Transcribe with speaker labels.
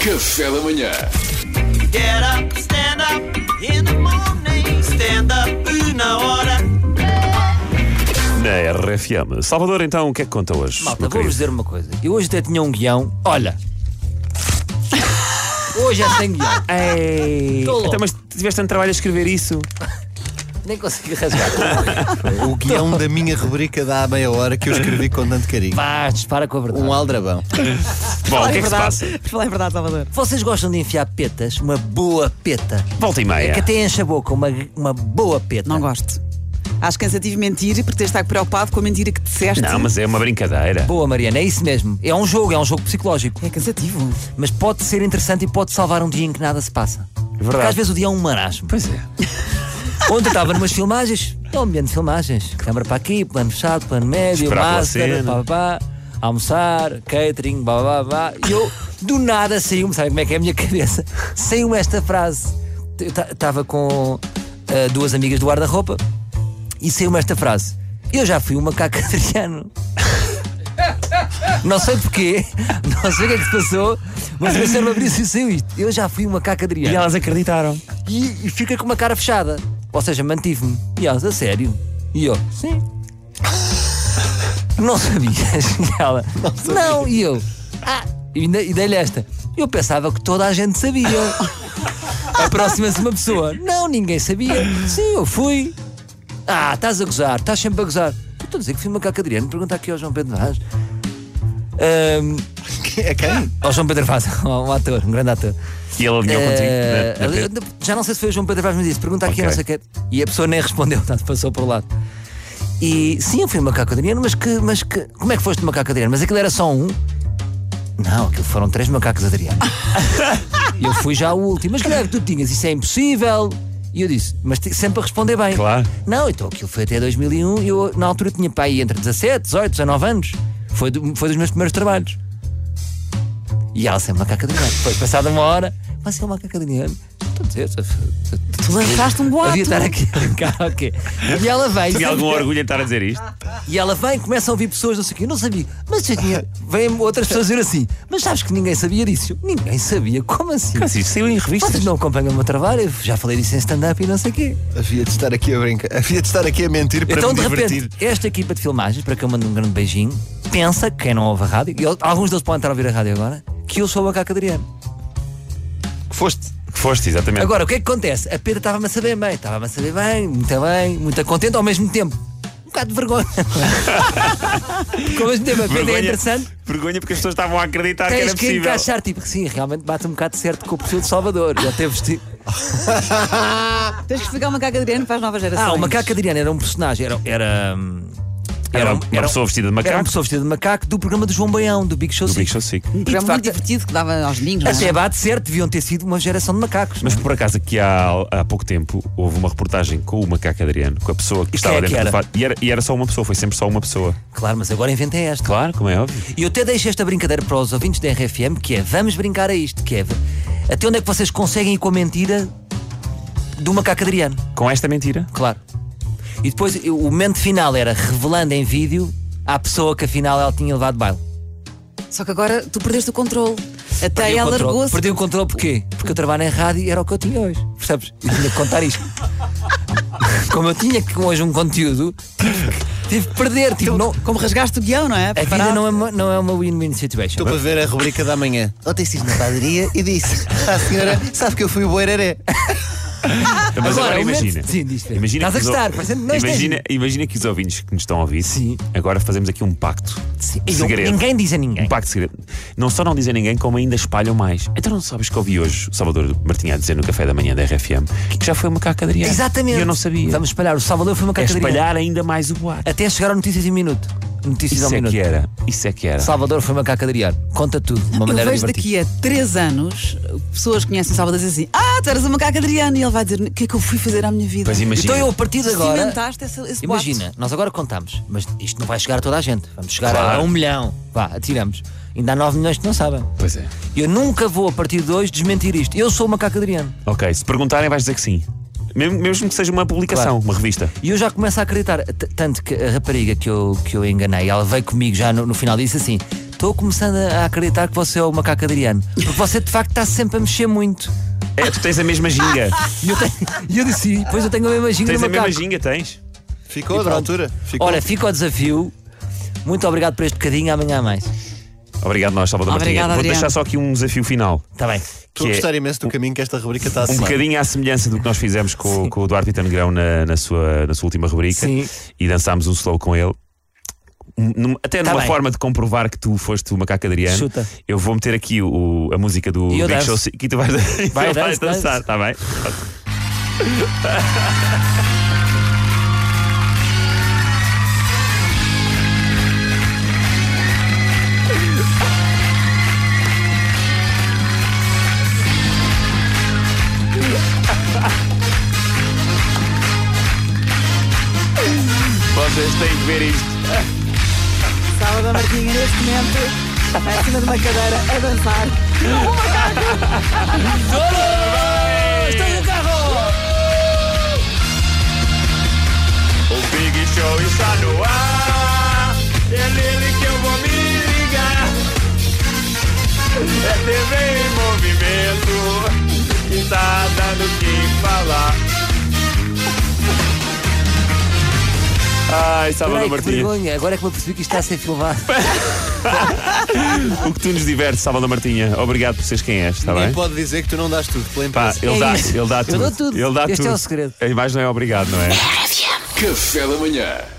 Speaker 1: Café da manhã.
Speaker 2: Get up, stand up in the morning. Stand up na hora.
Speaker 3: Na RFM. Salvador, então, o que é que conta hoje?
Speaker 4: Malta,
Speaker 3: meu
Speaker 4: vou-vos
Speaker 3: querido?
Speaker 4: dizer uma coisa. Eu hoje até tinha um guião. Olha. Hoje é sem guião.
Speaker 3: Ei,
Speaker 4: Tô louco.
Speaker 3: então, mas tiveste tanto trabalho a escrever isso?
Speaker 4: Nem consegui rasgar.
Speaker 5: O guião É um da minha rubrica dá há meia hora que eu escrevi com tanto carinho.
Speaker 4: Pá, dispara com a verdade.
Speaker 5: Um aldrabão.
Speaker 3: Bom, o que é que se
Speaker 6: verdade.
Speaker 3: passa?
Speaker 6: Por falar em verdade, Salvador.
Speaker 4: Vocês gostam de enfiar petas? Uma boa peta.
Speaker 3: Volta
Speaker 4: É
Speaker 3: e
Speaker 4: que
Speaker 3: meia.
Speaker 4: até enche a boca. Uma, uma boa peta.
Speaker 6: Não gosto. Acho cansativo mentir porque tens de estar preocupado com a mentira que disseste.
Speaker 3: Não, mas é uma brincadeira.
Speaker 4: Boa, Mariana. É isso mesmo. É um jogo. É um jogo psicológico.
Speaker 6: É cansativo.
Speaker 4: Mas pode ser interessante e pode salvar um dia em que nada se passa. Porque às vezes o dia é um marasmo.
Speaker 3: Pois é.
Speaker 4: Ontem estava numas filmagens, é um ambiente de filmagens. Câmara para aqui, plano fechado, plano médio,
Speaker 3: Esperar pela
Speaker 4: máscara,
Speaker 3: cena.
Speaker 4: pá, pá, pá, almoçar, catering, pá, pá, pá. E eu, do nada, saiu-me, sabem como é que é a minha cabeça? Saiu-me esta frase. Eu estava com ah, duas amigas do guarda-roupa e saiu-me esta frase. Eu já fui um macaco adriano. Não sei porquê, não sei o que é que se passou, mas o meu cérebro abriu-se e saiu isto. Eu já fui um macaco adriano
Speaker 3: E elas acreditaram.
Speaker 4: e, e fica com uma cara fechada. Ou seja, mantive-me. E elas, a sério? E eu, sim. Não sabias? E ela, não, e eu, ah, e, ainda- e dei-lhe esta. Eu pensava que toda a gente sabia. Aproxima-se uma pessoa. Não, ninguém sabia. Sim, eu fui. Ah, estás a gozar, estás sempre a gozar. Eu Estou a dizer que fui macaco Adriano, pergunta aqui ao João Pedro Vaz. Ahm,
Speaker 5: É quem?
Speaker 4: ao João Pedro Vaz, um ator, um grande ator.
Speaker 3: E ele é alinhou
Speaker 4: Eh,
Speaker 3: contigo. na- na
Speaker 4: ali-
Speaker 3: pe-
Speaker 4: já não sei se foi o João Pedro Vaz que me disse, pergunta aqui
Speaker 3: Ok.
Speaker 4: a não sei o quê. E a pessoa nem respondeu, portanto, passou por lado. E sim, eu fui macaco adriano, mas que, mas que. Como é que foste macaco adriano? Mas aquilo era só um? Não, aquilo foram três macacos adriano. E eu fui já o último. Mas grave, tu tinhas, isso é impossível. E eu disse, mas ti- sempre a responder bem.
Speaker 3: Claro.
Speaker 4: Não, então aquilo foi até 2001 e eu na altura tinha pai entre 17, 18, 19 anos. Foi, do- foi dos meus primeiros trabalhos. E ela sem macaca de ano. Depois, passada uma hora, vai ser uma macaca de ano. Estou a dizer, tu
Speaker 6: lançaste um boato.
Speaker 4: Devia estar aqui a brincar, ok. E ela vem.
Speaker 3: Tinha algum orgulho em estar a dizer isto?
Speaker 4: E ela vem, começa a ouvir pessoas, não sei o quê, eu não sabia. Mas eu tinha. Vêm outras pessoas dizer assim, mas sabes que ninguém sabia disso? Eu, Ninguém sabia, como assim?
Speaker 3: Mas isto saiu em revistas.
Speaker 4: Vocês não acompanham o meu trabalho, eu já falei disso em stand-up e não sei o quê.
Speaker 5: Havia de estar aqui a brincar. Havia de estar aqui a mentir para
Speaker 4: então,
Speaker 5: me
Speaker 4: de
Speaker 5: divertir.
Speaker 4: repente, esta equipa de filmagens, para que eu mando um grande beijinho, pensa, quem não ouve a rádio, e al- alguns deles podem estar a ouvir a rádio agora, que eu sou o Macaco Adriano.
Speaker 5: Que foste.
Speaker 3: Que foste, exatamente.
Speaker 4: Agora, o que é que acontece? A Pedra estava-me a saber bem, estava-me a saber bem, muito bem, muito contente, ao mesmo tempo. Um bocado de vergonha. Porque ao mesmo tempo a Pedra é interessante.
Speaker 3: vergonha porque as pessoas estavam a acreditar que
Speaker 4: Tens
Speaker 3: era
Speaker 4: que
Speaker 3: possível.
Speaker 4: encaixar, tipo, sim, realmente bate um bocado certo com o perfil de Salvador. Ele teve vestido. Ah,
Speaker 6: Tens que explicar o macaco Adriano para as novas gerações.
Speaker 4: Ah,
Speaker 3: Então,
Speaker 4: o macaco Adriano era um personagem, era. Era, hum, um,
Speaker 3: Era uma pessoa vestida de macaco.
Speaker 4: Era uma pessoa vestida de macaco do programa do João Baião, do Big Show
Speaker 3: Do
Speaker 4: Six.
Speaker 3: Big Show Sick.
Speaker 6: Um
Speaker 4: E, de
Speaker 6: programa muito
Speaker 4: facto,
Speaker 6: divertido que dava aos domingos. não é?
Speaker 4: Até bate certo, deviam ter sido uma geração de macacos.
Speaker 3: Mas
Speaker 4: não é?
Speaker 3: por acaso aqui há, há pouco tempo houve uma reportagem com o macaco Adriano, com a pessoa que
Speaker 4: E
Speaker 3: estava
Speaker 4: quem é
Speaker 3: dentro
Speaker 4: que
Speaker 3: do
Speaker 4: era?
Speaker 3: fato. E era, e era só uma pessoa, foi sempre só uma pessoa.
Speaker 4: Claro, mas agora inventei esta.
Speaker 3: Claro, como é óbvio.
Speaker 4: E eu até deixo esta brincadeira para os ouvintes da RFM, que é vamos brincar a isto, que é até onde é que vocês conseguem ir com a mentira do macaco Adriano,
Speaker 3: Com esta mentira.
Speaker 4: claro. E depois eu- o momento final era revelando em vídeo à pessoa que afinal ela tinha levado baile.
Speaker 6: é? Só que agora tu perdeste o controle. Até
Speaker 4: Perdi o
Speaker 6: ela
Speaker 4: controle.
Speaker 6: largou-se.
Speaker 4: Perdi o controle porquê? Porque eu trabalho em rádio e era o que eu tinha hoje. Percebes? Eu tinha que contar isto. Como eu tinha que hoje um conteúdo, tive que, tive que perder. Tipo, não,
Speaker 6: Como rasgaste o guião, não é?
Speaker 4: a vida não é, uma- não é uma win-win situation.
Speaker 6: Então,
Speaker 5: Estou para ver a rubrica da manhã. Ontem estive na padaria e disse à senhora: sabe que eu fui o boereré.
Speaker 3: Mas agora,
Speaker 4: o momento-
Speaker 3: imagina.
Speaker 4: Sim, diz, Pedro.
Speaker 3: Imagina
Speaker 4: é. Estás a
Speaker 3: que os
Speaker 4: gostar,
Speaker 3: ou-
Speaker 4: parecendo- não, isto é
Speaker 3: imagina, imagina que os ouvintes que nos estão a ouvir,
Speaker 4: Sim.
Speaker 3: agora fazemos aqui um pacto.
Speaker 4: Sim, e eu-
Speaker 3: segredo.
Speaker 4: ninguém diz a ninguém.
Speaker 3: Um pacto segredo. Não só não dizem a ninguém, como ainda espalham mais. Então não sabes que ouvi hoje o Salvador Martinha a dizer no café da manhã da RFM que já foi o macaco Adriano.
Speaker 4: Exatamente.
Speaker 3: E eu não sabia.
Speaker 4: Vamos espalhar. O Salvador foi uma
Speaker 3: é
Speaker 4: caca de
Speaker 3: espalhar ainda mais o boato.
Speaker 4: Até chegar ao Notícias em Minuto. Notícias ao
Speaker 3: Isso é
Speaker 4: Minuto.
Speaker 3: que era. Isso é que era.
Speaker 4: Salvador foi uma caca de Adriano. Conta tudo, de uma
Speaker 6: Eu
Speaker 4: maneira
Speaker 6: vejo
Speaker 4: divertida.
Speaker 6: daqui a 3 anos pessoas que conhecem Salvador dizem assim: Ah, tu eras o macaco Adriano. E ele vai dizer: O que é que eu fui fazer à minha vida?
Speaker 3: Pois imagina.
Speaker 4: Então eu, a partir de agora.
Speaker 6: Cimentaste esse, esse boato.
Speaker 4: Imagina, nós agora contamos, mas isto não vai chegar a toda a gente. Vamos chegar
Speaker 3: Claro.
Speaker 4: a um milhão. Vá, atiramos. Ainda há 9 milhões que não sabem.
Speaker 3: Pois é.
Speaker 4: Eu nunca vou, a partir de hoje, desmentir isto. Eu sou o macaco Adriano.
Speaker 3: Ok, se perguntarem, vais dizer que sim. Mesmo, mesmo que seja uma
Speaker 4: Claro.
Speaker 3: publicação, uma revista.
Speaker 4: E eu já começo a acreditar. T- Tanto que a rapariga que eu, que eu enganei, ela veio comigo já no, no final e disse assim: Tu estou começando a acreditar que você é o macaco Adriano. Porque você de facto está sempre a mexer muito.
Speaker 3: É, tu tens a mesma ginga.
Speaker 4: E eu, tenho- e eu disse, "E depois eu tenho a mesma ginga
Speaker 3: tens
Speaker 4: do
Speaker 3: a mesma
Speaker 4: macaco.
Speaker 3: ginga, tens?
Speaker 5: Ficou da altura? Ficou.
Speaker 4: Ora, fica o desafio. Muito obrigado por este bocadinho, amanhã há mais.
Speaker 3: Obrigado, nós, Salvador
Speaker 6: Obrigada,
Speaker 3: Martinha. Vou
Speaker 6: Adriano.
Speaker 3: deixar só aqui um desafio final.
Speaker 4: Está Tá bem.
Speaker 5: Estou a
Speaker 3: que é-
Speaker 5: gostar imenso do caminho que esta rubrica está a
Speaker 3: Um
Speaker 5: seguir.
Speaker 3: bocadinho à semelhança do que nós fizemos com, com o Duarte Pita Negrão na, na sua, na sua última rubrica
Speaker 4: Sim.
Speaker 3: e dançámos um slow com ele. Um, num- até
Speaker 4: Tá
Speaker 3: numa
Speaker 4: bem.
Speaker 3: forma de comprovar que tu foste o macaco Adriano,
Speaker 4: Chuta.
Speaker 3: eu vou meter aqui o- a música do
Speaker 4: E eu
Speaker 3: Big
Speaker 4: danço.
Speaker 3: Show que tu vais, e tu
Speaker 4: Vai,
Speaker 3: vais
Speaker 4: danço, danço.
Speaker 3: dançar, está bem? Vocês têm que ver isto.
Speaker 6: Salvador Martinha, neste momento, é acima de uma cadeira, a dançar.
Speaker 4: um
Speaker 3: O Big Show está no ar. É nele que eu vou me ligar. É TV em movimento. E tá dando o que falar. Ai, Salvador
Speaker 4: Ai, que
Speaker 3: Martinha.
Speaker 4: vergonha. Agora é que me percebi que isto está a ser filmado.
Speaker 3: O que tu nos divertes, Salvador Martinha. Obrigado por seres quem és, está
Speaker 5: Ninguém
Speaker 3: tá bem?
Speaker 5: pode dizer que tu não dás tudo pela
Speaker 3: Pá,
Speaker 5: empresa.
Speaker 3: ele
Speaker 4: É
Speaker 3: dá,
Speaker 4: isso.
Speaker 3: ele dá tudo.
Speaker 4: dou tudo.
Speaker 3: Ele dá
Speaker 4: Este
Speaker 3: tudo.
Speaker 4: é o segredo.
Speaker 3: A imagem não é obrigado, não é?
Speaker 1: Café da manhã.